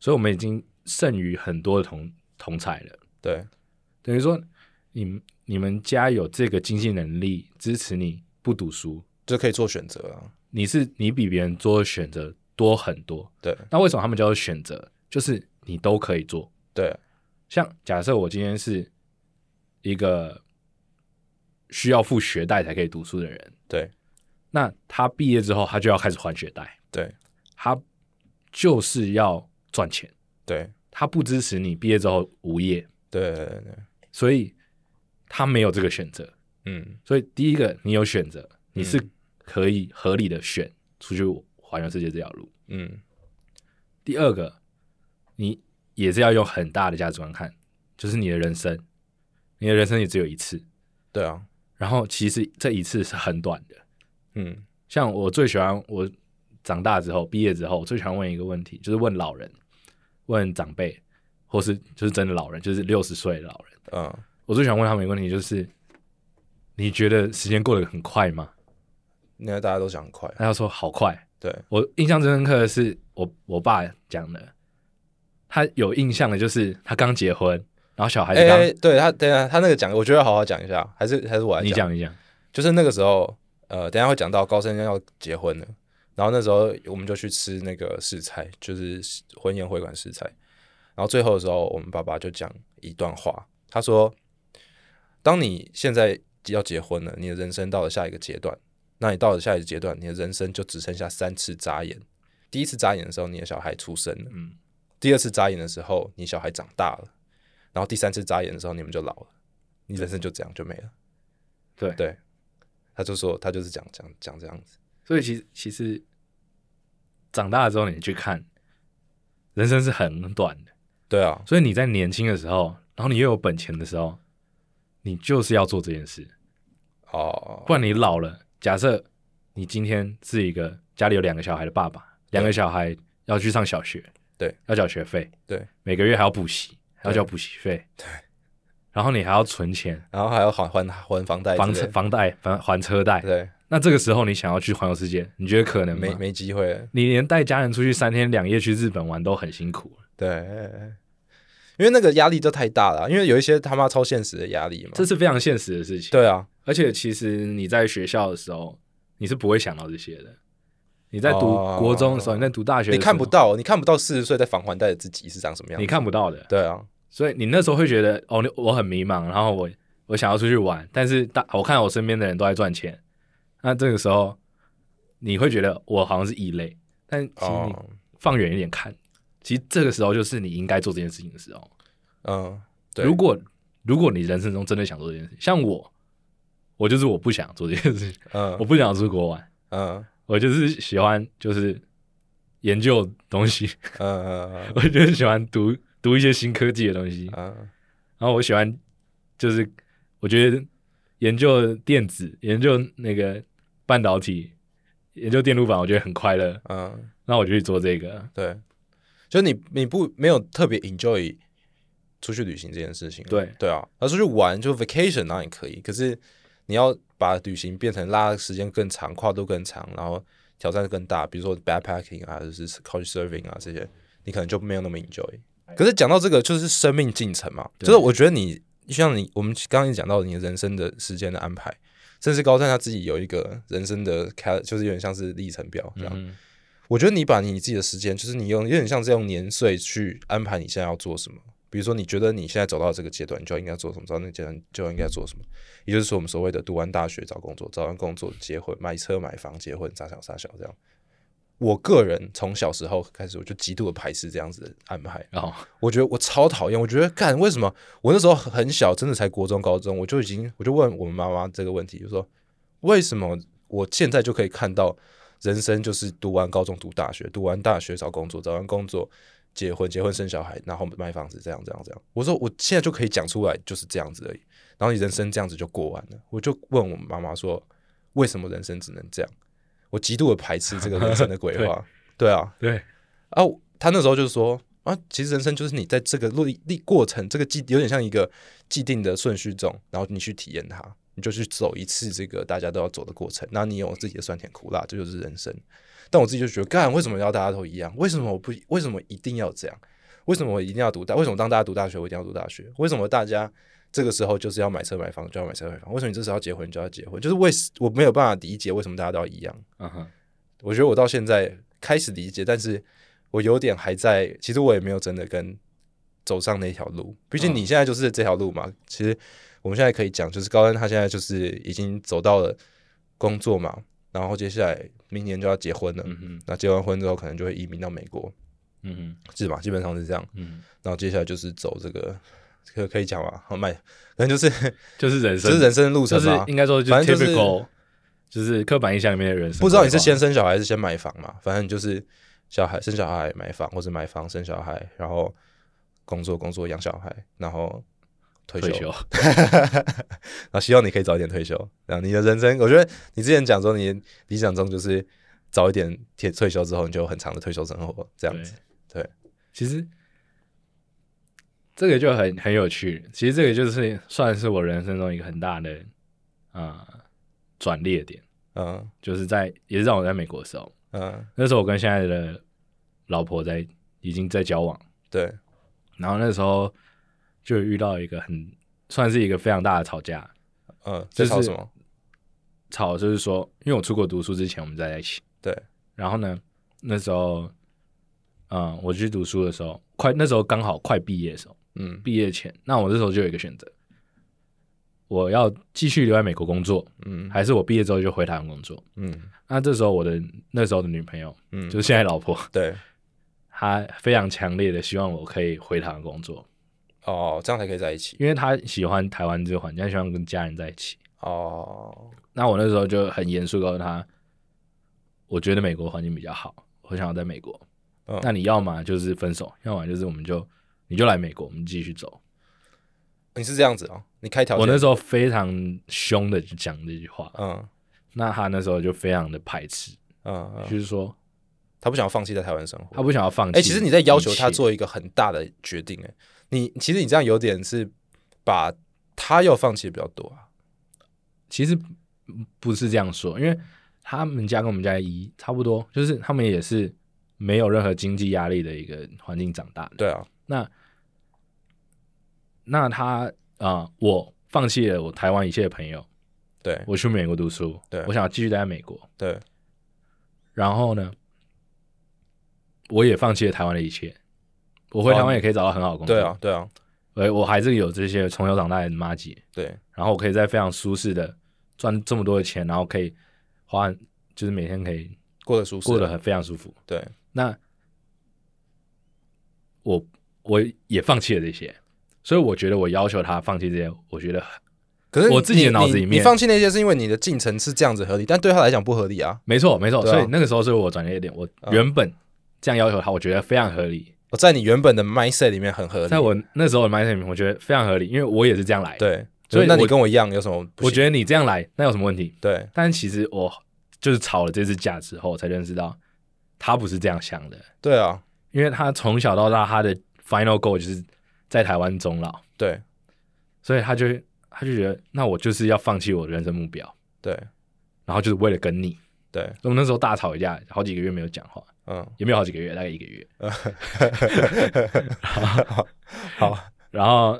Speaker 2: 所以我们已经剩余很多的同同才了。
Speaker 1: 对
Speaker 2: 等于说，你你们家有这个经济能力支持你不读书，
Speaker 1: 就可以做选择啊，
Speaker 2: 你是你比别人做的选择多很多。
Speaker 1: 对
Speaker 2: 那为什么他们叫做选择？就是你都可以做。
Speaker 1: 对
Speaker 2: 像假设我今天是一个需要付学贷才可以读书的人，
Speaker 1: 对
Speaker 2: 那他毕业之后，他就要开始还学贷，
Speaker 1: 对
Speaker 2: 他就是要赚钱，
Speaker 1: 对
Speaker 2: 他不支持你毕业之后无业，
Speaker 1: 对对对，
Speaker 2: 所以他没有这个选择。
Speaker 1: 嗯
Speaker 2: 所以第一个，你有选择，你是可以合理的选出去环游世界这条路。
Speaker 1: 嗯
Speaker 2: 第二个，你也是要用很大的价值观看，就是你的人生，你的人生也只有一次，
Speaker 1: 对啊，
Speaker 2: 然后其实这一次是很短的，
Speaker 1: 嗯
Speaker 2: 像我最喜欢我长大之后毕业之后，我最喜欢问一个问题，就是问老人、问长辈，或是就是真的老人，就是六十岁的老人。
Speaker 1: 嗯。
Speaker 2: 我最喜欢问他们一个问题，就是你觉得时间过得很快吗？
Speaker 1: 那大家都想很快，
Speaker 2: 他要说好快。
Speaker 1: 对，
Speaker 2: 我印象最深刻的是我我爸讲的，他有印象的就是他刚结婚，然后小孩子
Speaker 1: 哎、
Speaker 2: 刚、
Speaker 1: 对他，等一下他那个讲，我觉得要好好讲一下，还是还是我来
Speaker 2: 你讲你讲，
Speaker 1: 就是那个时候，呃，等一下会讲到高升要结婚了，然后那时候我们就去吃那个试菜，就是婚宴会馆试菜，然后最后的时候，我们爸爸就讲一段话，他说：“当你现在要结婚了，你的人生到了下一个阶段，那你到了下一个阶段，你的人生就只剩下三次眨眼。第一次眨眼的时候，你的小孩出生了；
Speaker 2: 嗯
Speaker 1: 第二次眨眼的时候，你小孩长大了；然后第三次眨眼的时候，你们就老了，你人生就这样就没了。”
Speaker 2: 对
Speaker 1: 对，他就说他就是讲讲讲这样子，
Speaker 2: 所以其实其实长大了之后你去看，人生是很短的。
Speaker 1: 对啊，
Speaker 2: 所以你在年轻的时候，然后你又有本钱的时候，你就是要做这件事，
Speaker 1: 哦，
Speaker 2: 不然你老了，假设你今天是一个家里有两个小孩的爸爸，两个小孩要去上小学，
Speaker 1: 对，
Speaker 2: 要缴学费，
Speaker 1: 对，
Speaker 2: 每个月还要补习，还要交补习费，对，然后你还要存钱，
Speaker 1: 然后还要还还还房贷之
Speaker 2: 房
Speaker 1: 类
Speaker 2: 车
Speaker 1: 的，
Speaker 2: 房贷还还车贷。
Speaker 1: 对，
Speaker 2: 那这个时候你想要去环游世界，你觉得可能
Speaker 1: 没
Speaker 2: 吗？
Speaker 1: 没机会了，
Speaker 2: 你连带家人出去三天两夜去日本玩都很辛苦，
Speaker 1: 对，因为那个压力都太大了，因为有一些他妈超现实的压力嘛，
Speaker 2: 这是非常现实的事情。
Speaker 1: 对啊，
Speaker 2: 而且其实你在学校的时候，你是不会想到这些的。你在读
Speaker 1: 哦
Speaker 2: 国中的时候，你在读大学，
Speaker 1: 你看不，到，你看不到四十岁在返还贷的自己是长什么样
Speaker 2: 你
Speaker 1: 子，
Speaker 2: 看不到的。
Speaker 1: 对啊，
Speaker 2: 所以你那时候会觉得，哦，你我很迷茫，然后我我想要出去玩，但是大我看我身边的人都在赚钱，那这个时候你会觉得我好像是异类，但其实你
Speaker 1: 哦，
Speaker 2: 放远一点看，其实这个时候就是你应该做这件事情的时候。
Speaker 1: 嗯，对
Speaker 2: 如果如果你人生中真的想做这件事情，像我，我就是我不想做这件事情，我
Speaker 1: 嗯
Speaker 2: 不想出国玩，
Speaker 1: 嗯
Speaker 2: 我就是喜欢就是研究东西， (laughs)
Speaker 1: 嗯嗯
Speaker 2: 我就是喜欢读读一些新科技的东西，
Speaker 1: 嗯
Speaker 2: 然后我喜欢就是我觉得研究电子、研究那个半导体、研究电路板，我觉得很快乐，
Speaker 1: 嗯，
Speaker 2: 那我就去做这个。
Speaker 1: 对，就你你不没有特别 enjoy 出去旅行这件事情，
Speaker 2: 对
Speaker 1: 对啊，而出去玩就 vacation 当然可以，可是你要把旅行变成拉的时间更长、跨度更长，然后挑战更大，比如说 backpacking 啊，就是 couch surfing 啊这些，你可能就没有那么 enjoy。可是讲到这个，就是生命进程嘛，
Speaker 2: 对
Speaker 1: 就是我觉得你像你我们刚刚也讲到你的人生的时间的安排，甚至高赞他自己有一个人生的开，就是有点像是历程表这样。
Speaker 2: 嗯，
Speaker 1: 我觉得你把你自己的时间，就是你用有点像是用年岁去安排你现在要做什么。比如说，你觉得你现在走到这个阶段，你就应该做什么；走到那个阶段，就应该做什么。也就是说，我们所谓的读完大学找工作，找完工作结婚、买车、买房、结婚、傻小傻小这样。我个人从小时候开始，我就极度的排斥这样子的安排。
Speaker 2: 然后
Speaker 1: 我觉得我超讨厌，我觉得干为什么我那时候很小，真的才国中、高中，我就已经我就问我们妈妈这个问题，就说为什么我现在就可以看到人生就是读完高中读大学，读完大学找工作，找完工作结婚，结婚生小孩，然后买房子，这样这样这样。我说我现在就可以讲出来，就是这样子而已。然后你人生这样子就过完了，我就问我妈妈说，为什么人生只能这样？我极度的排斥这个人生的规划。对啊，
Speaker 2: 对，
Speaker 1: 啊，他那时候就是说啊，其实人生就是你在这个路历过程，这个既有点像一个既定的顺序中，然后你去体验它，你就去走一次这个大家都要走的过程，然后你有自己的酸甜苦辣，这就是人生。但我自己就觉得，干为什么要大家都一样？为什么我不？为什么一定要这样？为什么我一定要读大？为什么当大家读大学，我一定要读大学？为什么大家这个时候就是要买车买房就要买车买房？为什么你这时候要结婚就要结婚？就是为我没有办法理解为什么大家都要一样。
Speaker 2: 嗯哼，
Speaker 1: 我觉得我到现在开始理解，但是我有点还在，其实我也没有真的跟走上那条路。毕竟
Speaker 2: 嗯
Speaker 1: 你现在就是这条路嘛。其实我们现在可以讲，就是高恩他现在就是已经走到了工作嘛，然后接下来明年就要结婚了。
Speaker 2: 嗯哼，
Speaker 1: 那结完婚之后，可能就会移民到美国，
Speaker 2: 嗯哼，
Speaker 1: 是吧？基本上是这样。
Speaker 2: 嗯，
Speaker 1: 然后接下来就是走这个，可可以讲吧？好卖，可能就是
Speaker 2: 就是人
Speaker 1: 就
Speaker 2: 生，
Speaker 1: 是人生的路
Speaker 2: 就
Speaker 1: 程
Speaker 2: 是
Speaker 1: 嘛。
Speaker 2: 应该说就
Speaker 1: 反正就是
Speaker 2: typical，就是刻板印象里面的人生规划。
Speaker 1: 不知道你是先生小孩还是先买房嘛？反正你就是小孩生小孩买房，或者买房生小孩，然后工作工作养小孩，然后退休，
Speaker 2: 退休，
Speaker 1: (laughs) 然后希望你可以早一点退休。然后你的人生，我觉得你之前讲说你理想中就是早一点退退休之后，你就有很长的退休生活这样子。对，
Speaker 2: 其实这个就很很有趣。其实这个就是算是我人生中一个很大的啊转捩点，
Speaker 1: 嗯
Speaker 2: 就是在也是让我在美国的时候，
Speaker 1: 嗯，
Speaker 2: 那时候我跟现在的老婆在已经在交往，
Speaker 1: 对，
Speaker 2: 然后那时候就遇到一个很算是一个非常大的吵架，
Speaker 1: 嗯，在吵什么？
Speaker 2: 吵就是说，因为我出国读书之前我们在一起，
Speaker 1: 对，
Speaker 2: 然后呢那时候。嗯，我去读书的时候，快那时候刚好快毕业的时候，
Speaker 1: 嗯
Speaker 2: 毕业前，那我这时候就有一个选择，我要继续留在美国工作，
Speaker 1: 嗯
Speaker 2: 还是我毕业之后就回台湾工作？
Speaker 1: 嗯
Speaker 2: 那这时候我的那时候的女朋友，
Speaker 1: 嗯，
Speaker 2: 就是现在老婆，
Speaker 1: 对，
Speaker 2: 她非常强烈的希望我可以回台湾工作，
Speaker 1: 哦，这样才可以在一起。
Speaker 2: 因为她喜欢台湾这个环境，她喜欢跟家人在一起。
Speaker 1: 哦，
Speaker 2: 那我那时候就很严肃地告诉她，我觉得美国环境比较好，我想要在美国。
Speaker 1: 嗯
Speaker 2: 那你要么就是分手，要么就是我们就你就来美国，我们继续走。
Speaker 1: 你是这样子哦，你开条
Speaker 2: 我
Speaker 1: 件，
Speaker 2: 那时候非常凶的讲这句话，
Speaker 1: 嗯
Speaker 2: 那他那时候就非常的排斥，
Speaker 1: 嗯嗯
Speaker 2: 就是说
Speaker 1: 他不想要放弃在台湾生活。
Speaker 2: 他不想要放弃。
Speaker 1: 哎、其实你在要求他
Speaker 2: 一切，
Speaker 1: 做一个很大的决定、哎，你其实你这样有点是把他要放弃比较多啊。
Speaker 2: 其实不是这样说，因为他们家跟我们家一差不多，就是他们也是没有任何经济压力的一个环境长大的。
Speaker 1: 对啊，
Speaker 2: 那那他啊、呃我放弃了我台湾一切的朋友，
Speaker 1: 对
Speaker 2: 我去美国读书，
Speaker 1: 对
Speaker 2: 我想要继续待在美国。
Speaker 1: 对
Speaker 2: 然后呢，我也放弃了台湾的一切，我回台湾也可以找到很好的工作。
Speaker 1: 哦对啊，，对啊，
Speaker 2: 我我还是有这些从小长大的妈姐，
Speaker 1: 对
Speaker 2: 然后我可以在非常舒适的赚这么多的钱，然后可以花，就是每天可以
Speaker 1: 过得舒适啊，
Speaker 2: 过得很非常舒服。
Speaker 1: 对
Speaker 2: 那我我也放弃了这些，所以我觉得我要求他放弃这些，我觉得
Speaker 1: 可是
Speaker 2: 我
Speaker 1: 你
Speaker 2: 自己的
Speaker 1: 你
Speaker 2: 脑子
Speaker 1: 你
Speaker 2: 里
Speaker 1: 你
Speaker 2: 面
Speaker 1: 放弃那些是因为你的进程是这样子合理，但对他来讲不合理啊。
Speaker 2: 没错没错。
Speaker 1: 对啊嗯
Speaker 2: 所以那个时候是我转捩点，我原本这样要求他，我觉得非常合理。
Speaker 1: 我哦在你原本的 mindset 里面很合理，
Speaker 2: 在我那时候的 mindset 里面，我觉得非常合理，因为我也是这样来的。，
Speaker 1: 对，
Speaker 2: 所
Speaker 1: 所
Speaker 2: 以
Speaker 1: 以那你
Speaker 2: 我
Speaker 1: 跟我一样有什么不行？
Speaker 2: 我觉得你这样来，那有什么问题？
Speaker 1: 对
Speaker 2: 但其实我就是吵了这次架之后，才认识到他不是这样想的，
Speaker 1: 对啊，
Speaker 2: 因为他从小到大他的 final goal 就是在台湾终老，
Speaker 1: 对
Speaker 2: 所以他就他就觉得，那我就是要放弃我的人生目标，
Speaker 1: 对
Speaker 2: 然后就是为了跟你。
Speaker 1: 对，
Speaker 2: 所以我们那时候大吵一架，好几个月没有讲话， (laughs)
Speaker 1: 嗯， (laughs)
Speaker 2: 也没有好几个月，大概一个月。
Speaker 1: 好，
Speaker 2: 然后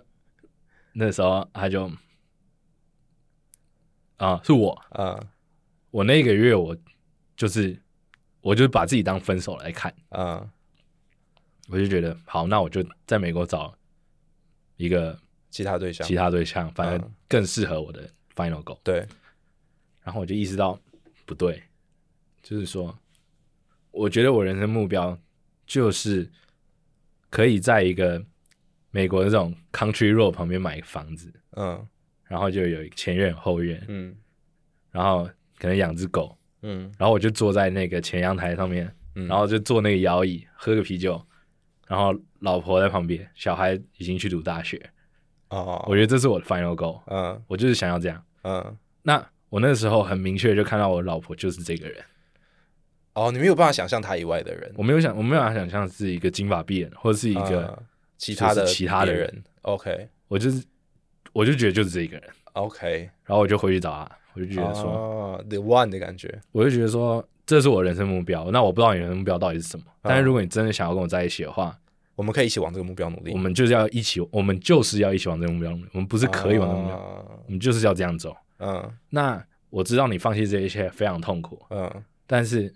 Speaker 2: 那时候他就啊、是我，
Speaker 1: 嗯
Speaker 2: 我那个月我就是我就把自己当分手来看。
Speaker 1: 嗯，
Speaker 2: 我就觉得好，那我就在美国找一个
Speaker 1: 其他对象
Speaker 2: 其，他对象，反正
Speaker 1: 嗯
Speaker 2: 更适合我的 final goal。
Speaker 1: 对
Speaker 2: 然后我就意识到不对，就是说，我觉得我人生目标就是可以在一个美国的这种 country road 旁边买一个房子，
Speaker 1: 嗯
Speaker 2: 然后就有前院后院，
Speaker 1: 嗯
Speaker 2: 然后可能养只狗，
Speaker 1: 嗯
Speaker 2: 然后我就坐在那个前阳台上面，
Speaker 1: 嗯
Speaker 2: 然后就坐那个摇椅，喝个啤酒，然后老婆在旁边，小孩已经去读大学。
Speaker 1: 哦，
Speaker 2: 我觉得这是我的 final goal，
Speaker 1: 嗯
Speaker 2: 我就是想要这样。
Speaker 1: 嗯，
Speaker 2: 那我那时候很明确就看到我老婆就是这个人，
Speaker 1: 哦，你没有办法想象他以外的人，
Speaker 2: 我没有想，我没有想象是一个金发碧眼或者是一个，
Speaker 1: 嗯其他的
Speaker 2: 就是其他的
Speaker 1: 别
Speaker 2: 人
Speaker 1: 人，OK
Speaker 2: 我就是我就觉得就是这个人，
Speaker 1: OK，
Speaker 2: 然后我就回去找他，我就觉得说，
Speaker 1: 哦，the one 的感觉，
Speaker 2: 我就觉得说这是我人生目标。那我不知道你人生目标到底是什么，
Speaker 1: 嗯
Speaker 2: 但是如果你真的想要跟我在一起的话，
Speaker 1: 我们可以一起往这个目标努力
Speaker 2: 我，们就是要一起，我们就是要一起往这个目标努力，我们不是可以往这个目标，
Speaker 1: 标，
Speaker 2: 我们就是要这样走。
Speaker 1: 哦嗯
Speaker 2: 那我知道你放弃这一切非常痛苦，
Speaker 1: 嗯
Speaker 2: 但是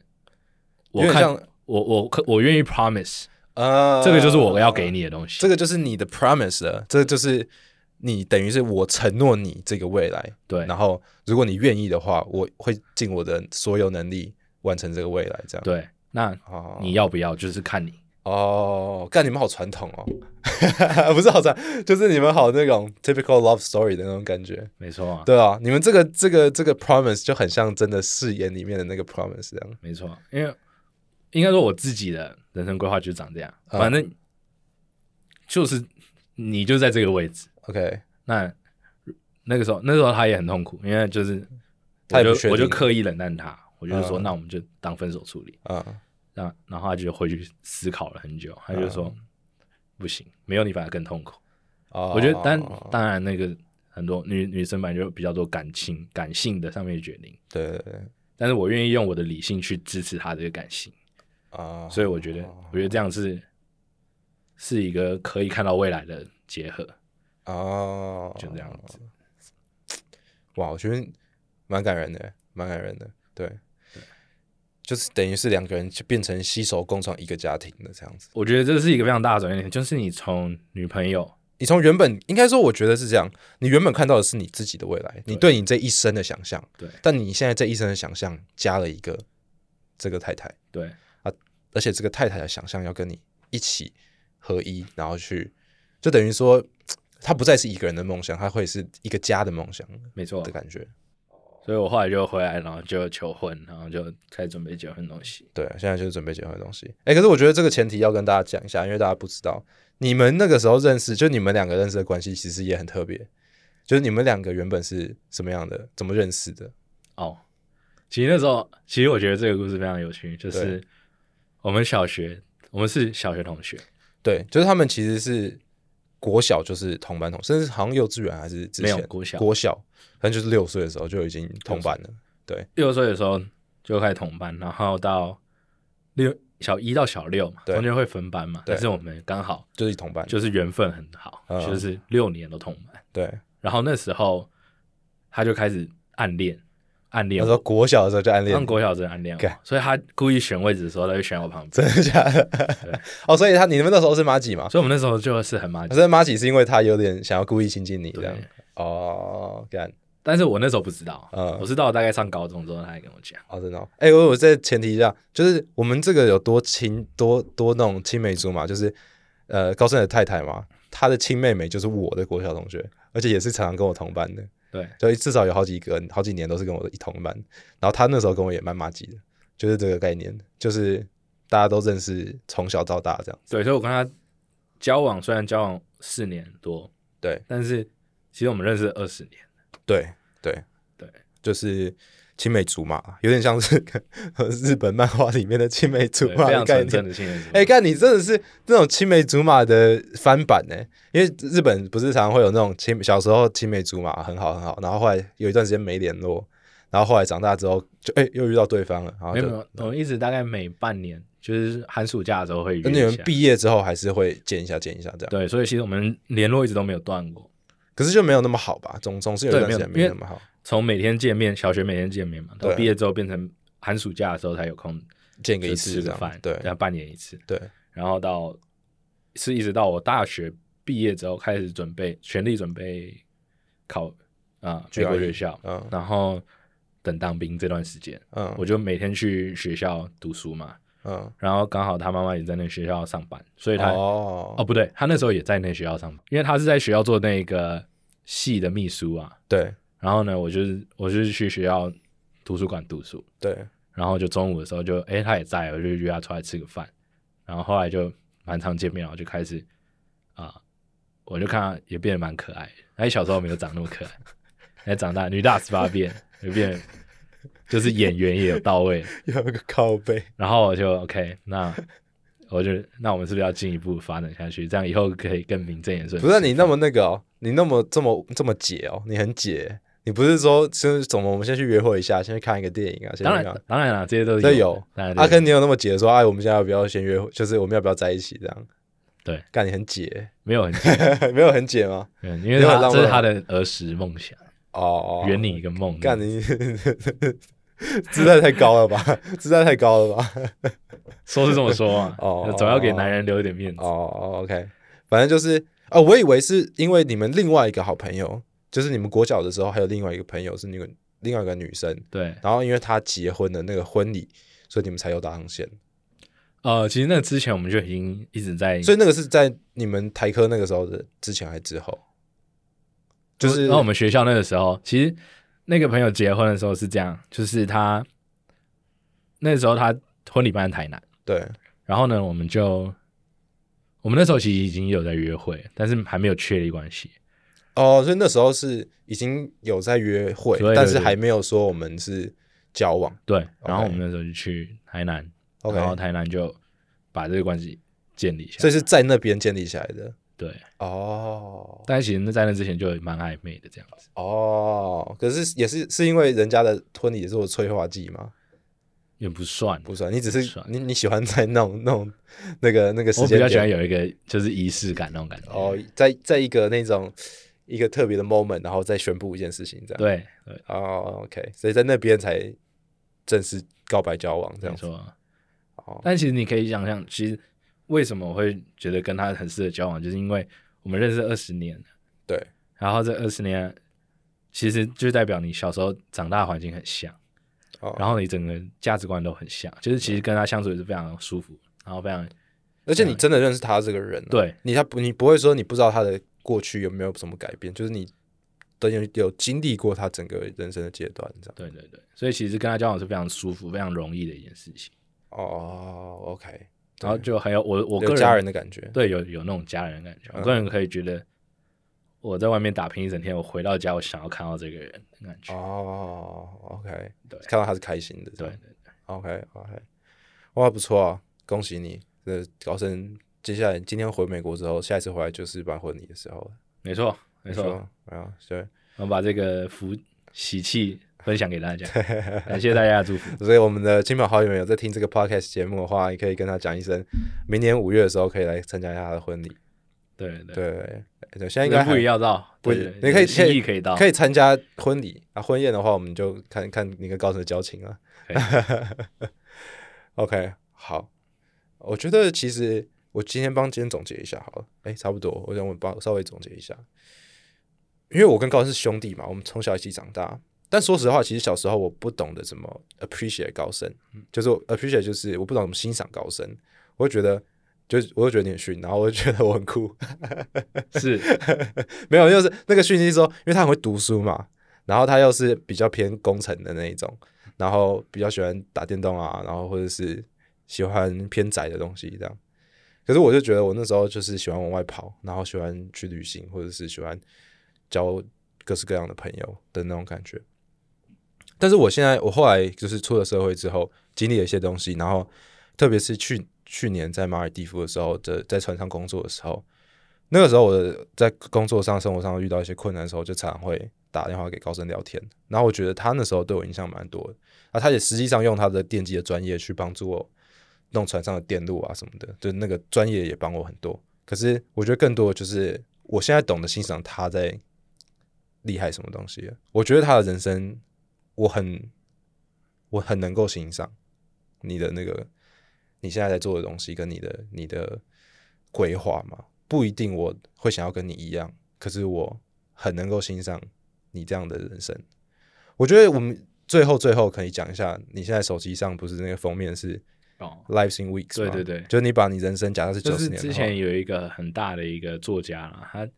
Speaker 2: 我
Speaker 1: 有点
Speaker 2: 看
Speaker 1: 像
Speaker 2: 我我可我愿意 promise，、
Speaker 1: 呃，
Speaker 2: 这个就是我要给你的东西。
Speaker 1: 这个就是你的 promise 了，这就是你等于是我承诺你这个未来，
Speaker 2: 对
Speaker 1: 然后如果你愿意的话，我会尽我的所有能力完成这个未来，这样。，
Speaker 2: 对，那
Speaker 1: 哦，
Speaker 2: 你要不要就是看你。
Speaker 1: 哦，干你们好传统哦， (laughs) 不是好传，就是你们好那种 typical love story 的那种感觉。
Speaker 2: 没错啊，
Speaker 1: 对啊，你们这个这个这个 promise 就很像真的誓言里面的那个 promise 这样。
Speaker 2: 没错，因为应该说我自己的人生规划就是长这样，
Speaker 1: 嗯
Speaker 2: 反正就是你就在这个位置。
Speaker 1: OK，
Speaker 2: 那那个时候，那时候他也很痛苦，因为就是
Speaker 1: 他
Speaker 2: 我
Speaker 1: 也不
Speaker 2: 就
Speaker 1: 确定
Speaker 2: 我就刻意冷淡他，我就是说，
Speaker 1: 嗯
Speaker 2: 那我们就当分手处理。
Speaker 1: 嗯
Speaker 2: 那然后他就回去思考了很久，他就说、
Speaker 1: 啊
Speaker 2: 不行，没有你反而更痛苦。
Speaker 1: 哦，
Speaker 2: 我觉得当当然那个很多女女生本来就比较多感情感性的上面的决定，
Speaker 1: 对对对
Speaker 2: 但是我愿意用我的理性去支持她这个感性，
Speaker 1: 啊，
Speaker 2: 所以我觉得我觉得这样是是一个可以看到未来的结合，
Speaker 1: 哦，
Speaker 2: 就这样子。
Speaker 1: 哇，我觉得蛮感人的，蛮感人的。对，就是等于是两个人就变成携手共创一个家庭的这样子。
Speaker 2: 我觉得这是一个非常大的转变点，就是你从女朋友
Speaker 1: 你从原本应该说，我觉得是这样，你原本看到的是你自己的未来，你对你这一生的想象。
Speaker 2: 对
Speaker 1: 但你现在这一生的想象加了一个这个太太，
Speaker 2: 对
Speaker 1: 而且这个太太的想象要跟你一起合一，然后去，就等于说，她不再是一个人的梦想，她会是一个家的梦想
Speaker 2: 没错
Speaker 1: 的，感觉。
Speaker 2: 所以我后来就回来，然后就求婚，然后就开始准备结婚的东西。
Speaker 1: 对，啊现在就是准备结婚的东西。哎、可是我觉得这个前提要跟大家讲一下，因为大家不知道，你们那个时候认识，就你们两个认识的关系，其实也很特别。就是你们两个原本是什么样的？怎么认识的？
Speaker 2: 哦，其实那时候，其实我觉得这个故事非常有趣，就是我们小学我们是小学同学，
Speaker 1: 对，就是他们其实是国小就是同班同，甚至好像幼稚园还是之
Speaker 2: 没有
Speaker 1: 前
Speaker 2: 国小
Speaker 1: 国小，反正就是六岁的时候就已经同班了。对
Speaker 2: 六岁的时候就开始同班，然后到六小一到小六嘛，
Speaker 1: 对
Speaker 2: 中间会分班嘛，
Speaker 1: 对
Speaker 2: 但是我们刚好
Speaker 1: 就是同班，
Speaker 2: 就是缘分很好，
Speaker 1: 嗯
Speaker 2: 就是六年都同班。
Speaker 1: 对。
Speaker 2: 然后那时候他就开始暗恋，暗恋
Speaker 1: 那时候
Speaker 2: 我，
Speaker 1: 国小的时候就暗恋
Speaker 2: 上，国小真的暗恋
Speaker 1: 干
Speaker 2: 我，所以他故意选位置的时候，他就选我旁边，
Speaker 1: 真的假
Speaker 2: 对
Speaker 1: 的？哦，所以他你们那时候是马几嘛？
Speaker 2: 所以我们那时候就是很麻
Speaker 1: 可
Speaker 2: 吉。
Speaker 1: 是马几是因为他有点想要故意亲近你这样
Speaker 2: 对。
Speaker 1: 哦，干
Speaker 2: 但是我那时候不知道，
Speaker 1: 嗯
Speaker 2: 我是到大概上高中之后，他才跟我讲，
Speaker 1: 哦，真的、哦。哎、我我再前提一下，就是我们这个有多亲多多那种青梅竹马，就是呃高胜的太太嘛，她的亲妹妹就是我的国小同学，而且也是常常跟我同班的，
Speaker 2: 对，
Speaker 1: 就至少有好几个好几年都是跟我一同班。然后她那时候跟我也蛮麻吉的，就是这个概念，就是大家都认识，从小到大这样。
Speaker 2: 对，所以我跟他交往，虽然交往四年多，
Speaker 1: 对，
Speaker 2: 但是其实我们认识二十年，
Speaker 1: 对对
Speaker 2: 对，
Speaker 1: 就是青梅竹马，有点像是 (laughs) 日本漫画里面的青梅竹 (laughs)
Speaker 2: 对，
Speaker 1: 马
Speaker 2: 非
Speaker 1: 的
Speaker 2: 常
Speaker 1: 概
Speaker 2: 纯正
Speaker 1: 念。
Speaker 2: 的青年族。
Speaker 1: 哎、看你真的是这种青梅竹马的翻版呢、因为日本不是常常会有那种青小时候青梅竹马很好很好，然后后来有一段时间没联络，然后后来长大之后就哎、又遇到对方了，然后
Speaker 2: 没有
Speaker 1: 就
Speaker 2: 没有，我们一直大概每半年，就是寒暑假的时候会约
Speaker 1: 那你
Speaker 2: 一
Speaker 1: 们
Speaker 2: 下。
Speaker 1: 毕业之后还是会见一下见一下这样，
Speaker 2: 对，所以其实我们联络一直都没有断过，
Speaker 1: 可是就没有那么好吧，总总是有一
Speaker 2: 对
Speaker 1: 段时
Speaker 2: 没有
Speaker 1: 间没有
Speaker 2: 因
Speaker 1: 那
Speaker 2: 为
Speaker 1: 么好
Speaker 2: 从每天见面，小学每天见面嘛，到
Speaker 1: 对
Speaker 2: 毕业之后变成寒暑假的时候才有空
Speaker 1: 见个
Speaker 2: 就
Speaker 1: 一
Speaker 2: 吃
Speaker 1: 次这
Speaker 2: 个
Speaker 1: 样
Speaker 2: 饭，，
Speaker 1: 对
Speaker 2: 然后半年一次，
Speaker 1: 对，
Speaker 2: 然后到是一直到我大学毕业之后开始准备，全力准备考啊、美国
Speaker 1: GRE
Speaker 2: 学校，
Speaker 1: 嗯
Speaker 2: 然后等当兵这段时间，
Speaker 1: 嗯
Speaker 2: 我就每天去学校读书嘛，
Speaker 1: 嗯，
Speaker 2: 然后刚好他妈妈也在那学校上班，所以他
Speaker 1: 哦
Speaker 2: 哦，不对，他那时候也在那学校上班，因为他是在学校做那个系的秘书啊。
Speaker 1: 对
Speaker 2: 然后呢，我就是我就是去学校图书馆读书，
Speaker 1: 对，
Speaker 2: 然后就中午的时候就诶，他也在，我就约他出来吃个饭。然后后来就蛮常见面，然后就开始啊、我就看他也变得蛮可爱的。他小时候没有长那么可爱，哎，长大女大十八变，就变就是演员也有到位。
Speaker 1: 有个靠背。
Speaker 2: 然后我就 OK，那我就那我们是不是要进一步发展下去？这样以后可以更名正言顺。
Speaker 1: 不是啊你那么那个哦，你那么这么这么解哦，你很解。你不是说就是怎么我们先去约会一下，先去看一个电影啊？先
Speaker 2: 当
Speaker 1: 去干嘛
Speaker 2: 然当然啦，这些都
Speaker 1: 这
Speaker 2: 是
Speaker 1: 有
Speaker 2: 的当然
Speaker 1: 阿
Speaker 2: 阿
Speaker 1: 根，你有那么解说，哎，我们现在要不要先约会？就是我们要不要在一起这样？
Speaker 2: 对，
Speaker 1: 干你很解， (laughs)
Speaker 2: 没有很紧，
Speaker 1: 没有很解吗？
Speaker 2: 嗯因为
Speaker 1: (laughs) 没有
Speaker 2: 他
Speaker 1: 很浪漫
Speaker 2: 这是他的儿时梦想，
Speaker 1: 哦，
Speaker 2: 圆你一个梦。
Speaker 1: 干你， (laughs) 姿态太高了吧？姿态太高了吧？
Speaker 2: 说是这么说嘛，
Speaker 1: 哦
Speaker 2: 总要给男人留一点面子。
Speaker 1: 哦，OK，反正就是哦，我以为是因为你们另外一个好朋友，就是你们国小的时候还有另外一个朋友是那个另外一个女生，
Speaker 2: 对，
Speaker 1: 然后因为他结婚的那个婚礼，所以你们才有搭上线。
Speaker 2: 嗯呃，其实那之前我们就已经一直在，
Speaker 1: 所以那个是在你们台科那个时候的之前还是之后？就是
Speaker 2: 哦那我们学校那个时候，其实那个朋友结婚的时候是这样，就是他那时候他婚礼办在台南。
Speaker 1: 对
Speaker 2: 然后呢，我们就我们那时候其实已经有在约会，但是还没有确立关系。
Speaker 1: 哦，所以那时候是已经有在约会
Speaker 2: 对，对
Speaker 1: 但是
Speaker 2: 对
Speaker 1: 还没有说我们是交往。
Speaker 2: 对，然后我们那时候就去台南
Speaker 1: OK
Speaker 2: 然后台南就把这个关系建立起来。
Speaker 1: 所以是在那边建立起来的。
Speaker 2: 对，
Speaker 1: 哦
Speaker 2: 但其实那在那之前就蛮暧昧的这样子。
Speaker 1: 哦，可是也是是因为人家的婚礼做催化剂吗？
Speaker 2: 也不算，
Speaker 1: 不算，你只是
Speaker 2: 算
Speaker 1: 你你喜欢在那种那种那个那个时
Speaker 2: 我比
Speaker 1: 间
Speaker 2: 较
Speaker 1: 点
Speaker 2: 喜欢有一个就是仪式感那种感觉。
Speaker 1: 哦，在在一个那种一个特别的 moment，然后再宣布一件事情这样。
Speaker 2: 对对，
Speaker 1: 哦，OK，所以在那边才正式告白交往这
Speaker 2: 没
Speaker 1: 样子。
Speaker 2: 错。
Speaker 1: 哦，
Speaker 2: 但其实你可以想象，其实为什么我会觉得跟他很适合交往，就是因为我们认识二十年了，
Speaker 1: 对，
Speaker 2: 然后这二十年其实就代表你小时候长大的环境很像。
Speaker 1: 哦，
Speaker 2: 然后你整个价值观都很像，就是其实跟他相处也是非常舒服，然后非常
Speaker 1: 而且你真的认识他这个人、，哦
Speaker 2: 对
Speaker 1: 你他不你不会说你不知道他的过去有没有什么改变，就是你都有有经历过他整个人生的阶段这样。
Speaker 2: 对对对，所以其实跟他交往是非常舒服、非常容易的一件事情。
Speaker 1: 哦，OK，
Speaker 2: 然后就很有我我个
Speaker 1: 有
Speaker 2: 人
Speaker 1: 家人的感觉。
Speaker 2: 对有有那种家人的感觉，我个人可以觉得我在外面打拼一整天，我回到家我想要看到这个人的感觉，
Speaker 1: 哦，OK，
Speaker 2: 对
Speaker 1: 看到他是开心的这
Speaker 2: 对
Speaker 1: 样。
Speaker 2: 对对
Speaker 1: ，OK OK，哇，不错啊。恭喜你，呃，高升接下来今天回美国之后，下一次回来就是办婚礼的时候了。
Speaker 2: 没错，没错，，
Speaker 1: 然后对，
Speaker 2: 我们把这个福喜气分享给大家，感谢大家的祝福。
Speaker 1: 所以我们的亲朋好友们有在听这个 podcast 节目的话，也可以跟他讲一声，明年五月的时候可以来参加一下他的婚礼。
Speaker 2: 对对对，
Speaker 1: 对，对，现在应该
Speaker 2: 人不
Speaker 1: 还
Speaker 2: 也要到，
Speaker 1: 不
Speaker 2: 对，
Speaker 1: 你可以
Speaker 2: 心意可以到， (laughs)
Speaker 1: 可以参加婚礼啊，婚宴的话，我们就看看你跟高层的交情了
Speaker 2: 可。
Speaker 1: (laughs) OK，好，我觉得其实我今天帮今天总结一下好了，哎，差不多，我想我帮稍微总结一下，因为我跟高升是兄弟嘛，我们从小一起长大。但说实话，其实小时候我不懂得怎么 appreciate 高升，就是我 appreciate 就是我不懂怎么欣赏高升，我就觉得就是我就觉得你很逊，然后我就觉得我很酷，
Speaker 2: 是
Speaker 1: (laughs) 没有，就是那个讯息说，因为他很会读书嘛，然后他又是比较偏工程的那一种，然后比较喜欢打电动啊，然后或者是喜欢偏宅的东西这样。可是我就觉得我那时候就是喜欢往外跑，然后喜欢去旅行，或者是喜欢交各式各样的朋友的那种感觉。但是我现在，我后来就是出了社会之后，经历了一些东西，然后特别是去去年在马尔蒂夫的时候，在在船上工作的时候，那个时候我的在工作上、生活上遇到一些困难的时候，就常常会打电话给高升聊天。然后我觉得他那时候对我影响蛮多的，啊，他也实际上用他的电机的专业去帮助我弄船上的电路啊什么的，就那个专业也帮我很多。可是我觉得更多的就是我现在懂得欣赏他在厉害什么东西了。我觉得他的人生，我很我很能够欣赏你的那个你现在在做的东西跟你的你的规划嘛，不一定我会想要跟你一样，可是我很能够欣赏你这样的人生。我觉得我们最后最后可以讲一下，你现在手机上不是那个封面是
Speaker 2: 哦
Speaker 1: Lives in Weeks，
Speaker 2: 对
Speaker 1: 吗
Speaker 2: 对对
Speaker 1: 就是你把你人生假设是
Speaker 2: (laughs) 就
Speaker 1: 九十
Speaker 2: 是
Speaker 1: 年的话，
Speaker 2: 之前有一个很大的一个作家啦，他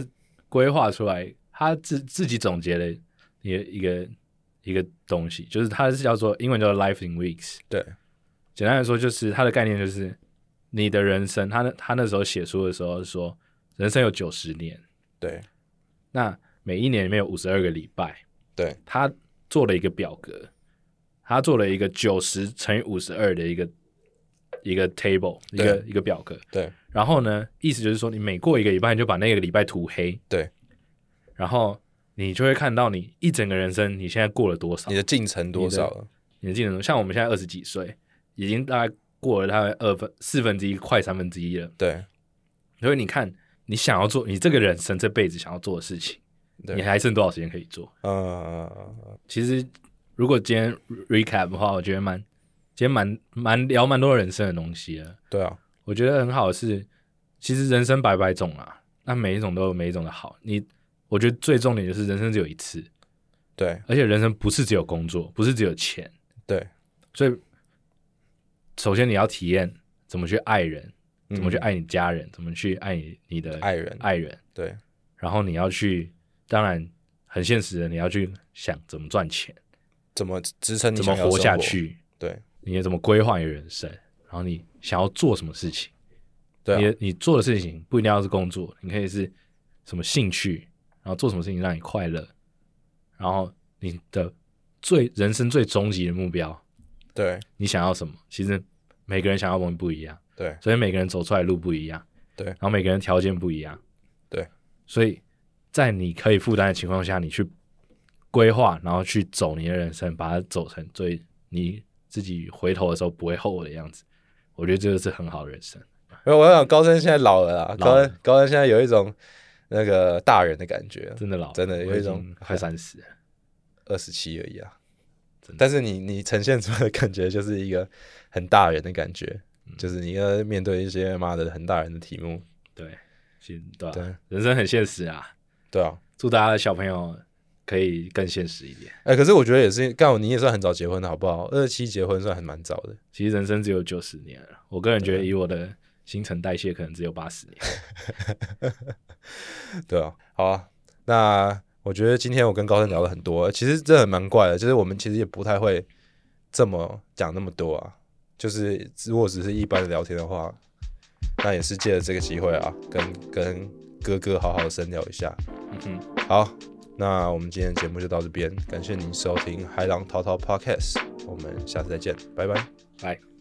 Speaker 2: 他规划出来，他自自己总结了一个一个一个东西，就是他是叫做英文叫做 Life in Weeks。
Speaker 1: 对
Speaker 2: 简单来说，就是他的概念就是你的人生。他那他那时候写书的时候说，人生有九十年，
Speaker 1: 对
Speaker 2: 那每一年里面有五十二个礼拜，
Speaker 1: 对
Speaker 2: 他做了一个表格，他做了一个九十乘以五十二的一个一个 table，一个一个表格。
Speaker 1: 对
Speaker 2: 然后呢，意思就是说，你每过一个礼拜，你就把那个礼拜涂黑，
Speaker 1: 对，
Speaker 2: 然后你就会看到你一整个人生你现在过了多少，
Speaker 1: 你的进程多少了？
Speaker 2: 你的技能。像我们现在二十几岁，已经大概过了大概二分四分之一，快三分之一了。
Speaker 1: 对
Speaker 2: 所以你看，你想要做你这个人生这辈子想要做的事情，
Speaker 1: 对
Speaker 2: 你还剩多少时间可以做？
Speaker 1: 呃，
Speaker 2: 其实如果今天 recap 的话，我觉得蛮今天蛮蛮聊蛮多人生的东西了。
Speaker 1: 对啊，
Speaker 2: 我觉得很好的是，其实人生百百种啊，那每一种都有每一种的好。你，我觉得最重点就是人生只有一次，
Speaker 1: 对
Speaker 2: 而且人生不是只有工作，不是只有钱，
Speaker 1: 对，
Speaker 2: 所以首先你要体验怎么去爱人，
Speaker 1: 嗯
Speaker 2: 怎么去爱你家人，怎么去爱你你的
Speaker 1: 爱人
Speaker 2: 爱人，
Speaker 1: 对
Speaker 2: 然后你要去，当然很现实的，你要去想怎么赚钱，
Speaker 1: 怎么支撑你
Speaker 2: 怎么
Speaker 1: 想要的
Speaker 2: 活
Speaker 1: 生
Speaker 2: 下？去，
Speaker 1: 对
Speaker 2: 你要怎么规划你的人生，然后你想要做什么事情。
Speaker 1: 对
Speaker 2: 你
Speaker 1: 啊
Speaker 2: 的你做的事情不一定要是工作，你可以是什么兴趣，然后做什么事情让你快乐，然后你的最人生最终极的目标，
Speaker 1: 对
Speaker 2: 你想要什么？其实每个人想要的东西不一样，
Speaker 1: 对
Speaker 2: 所以每个人走出来的路不一样，
Speaker 1: 对
Speaker 2: 然后每个人条件不一样，
Speaker 1: 对，
Speaker 2: 所以在你可以负担的情况下，你去规划，然后去走你的人生，把它走成最你自己回头的时候不会后悔的样子，我觉得这个是很好的人生。
Speaker 1: 没有，我想高升现在老了啦，
Speaker 2: 老
Speaker 1: 高
Speaker 2: 了
Speaker 1: 升高升现在有一种那个大人的感觉，
Speaker 2: 真的老了，
Speaker 1: 真的有
Speaker 2: 我已
Speaker 1: 一种
Speaker 2: 经快三十。
Speaker 1: 二十七而已啊
Speaker 2: 真的。
Speaker 1: 但是你你呈现出来的感觉就是一个很大人的感觉，
Speaker 2: 嗯
Speaker 1: 就是你要面对一些妈的很大人的题目，
Speaker 2: 对，是，对,、啊
Speaker 1: 对
Speaker 2: 人生很现实啊。
Speaker 1: 对啊。
Speaker 2: 祝大家的小朋友可以更现实一点。
Speaker 1: 哎、可是我觉得也是，干我你也算很早结婚的好不好？二十七结婚算很蛮早的，
Speaker 2: 其实人生只有九十年了，我个人觉得以我的新陈代谢，可能只有八十年。
Speaker 1: 对啊，好啊，那我觉得今天我跟高盛聊了很多，其实真的蛮怪的，就是我们其实也不太会这么讲那么多啊，就是如果只是一般的聊天的话，那也是借着这个机会啊，跟跟哥哥好好的深聊一下。
Speaker 2: 嗯哼，
Speaker 1: 好，那我们今天的节目就到这边，感谢您收听《海浪滔滔 Podcast》，我们下次再见，拜拜。
Speaker 2: 拜。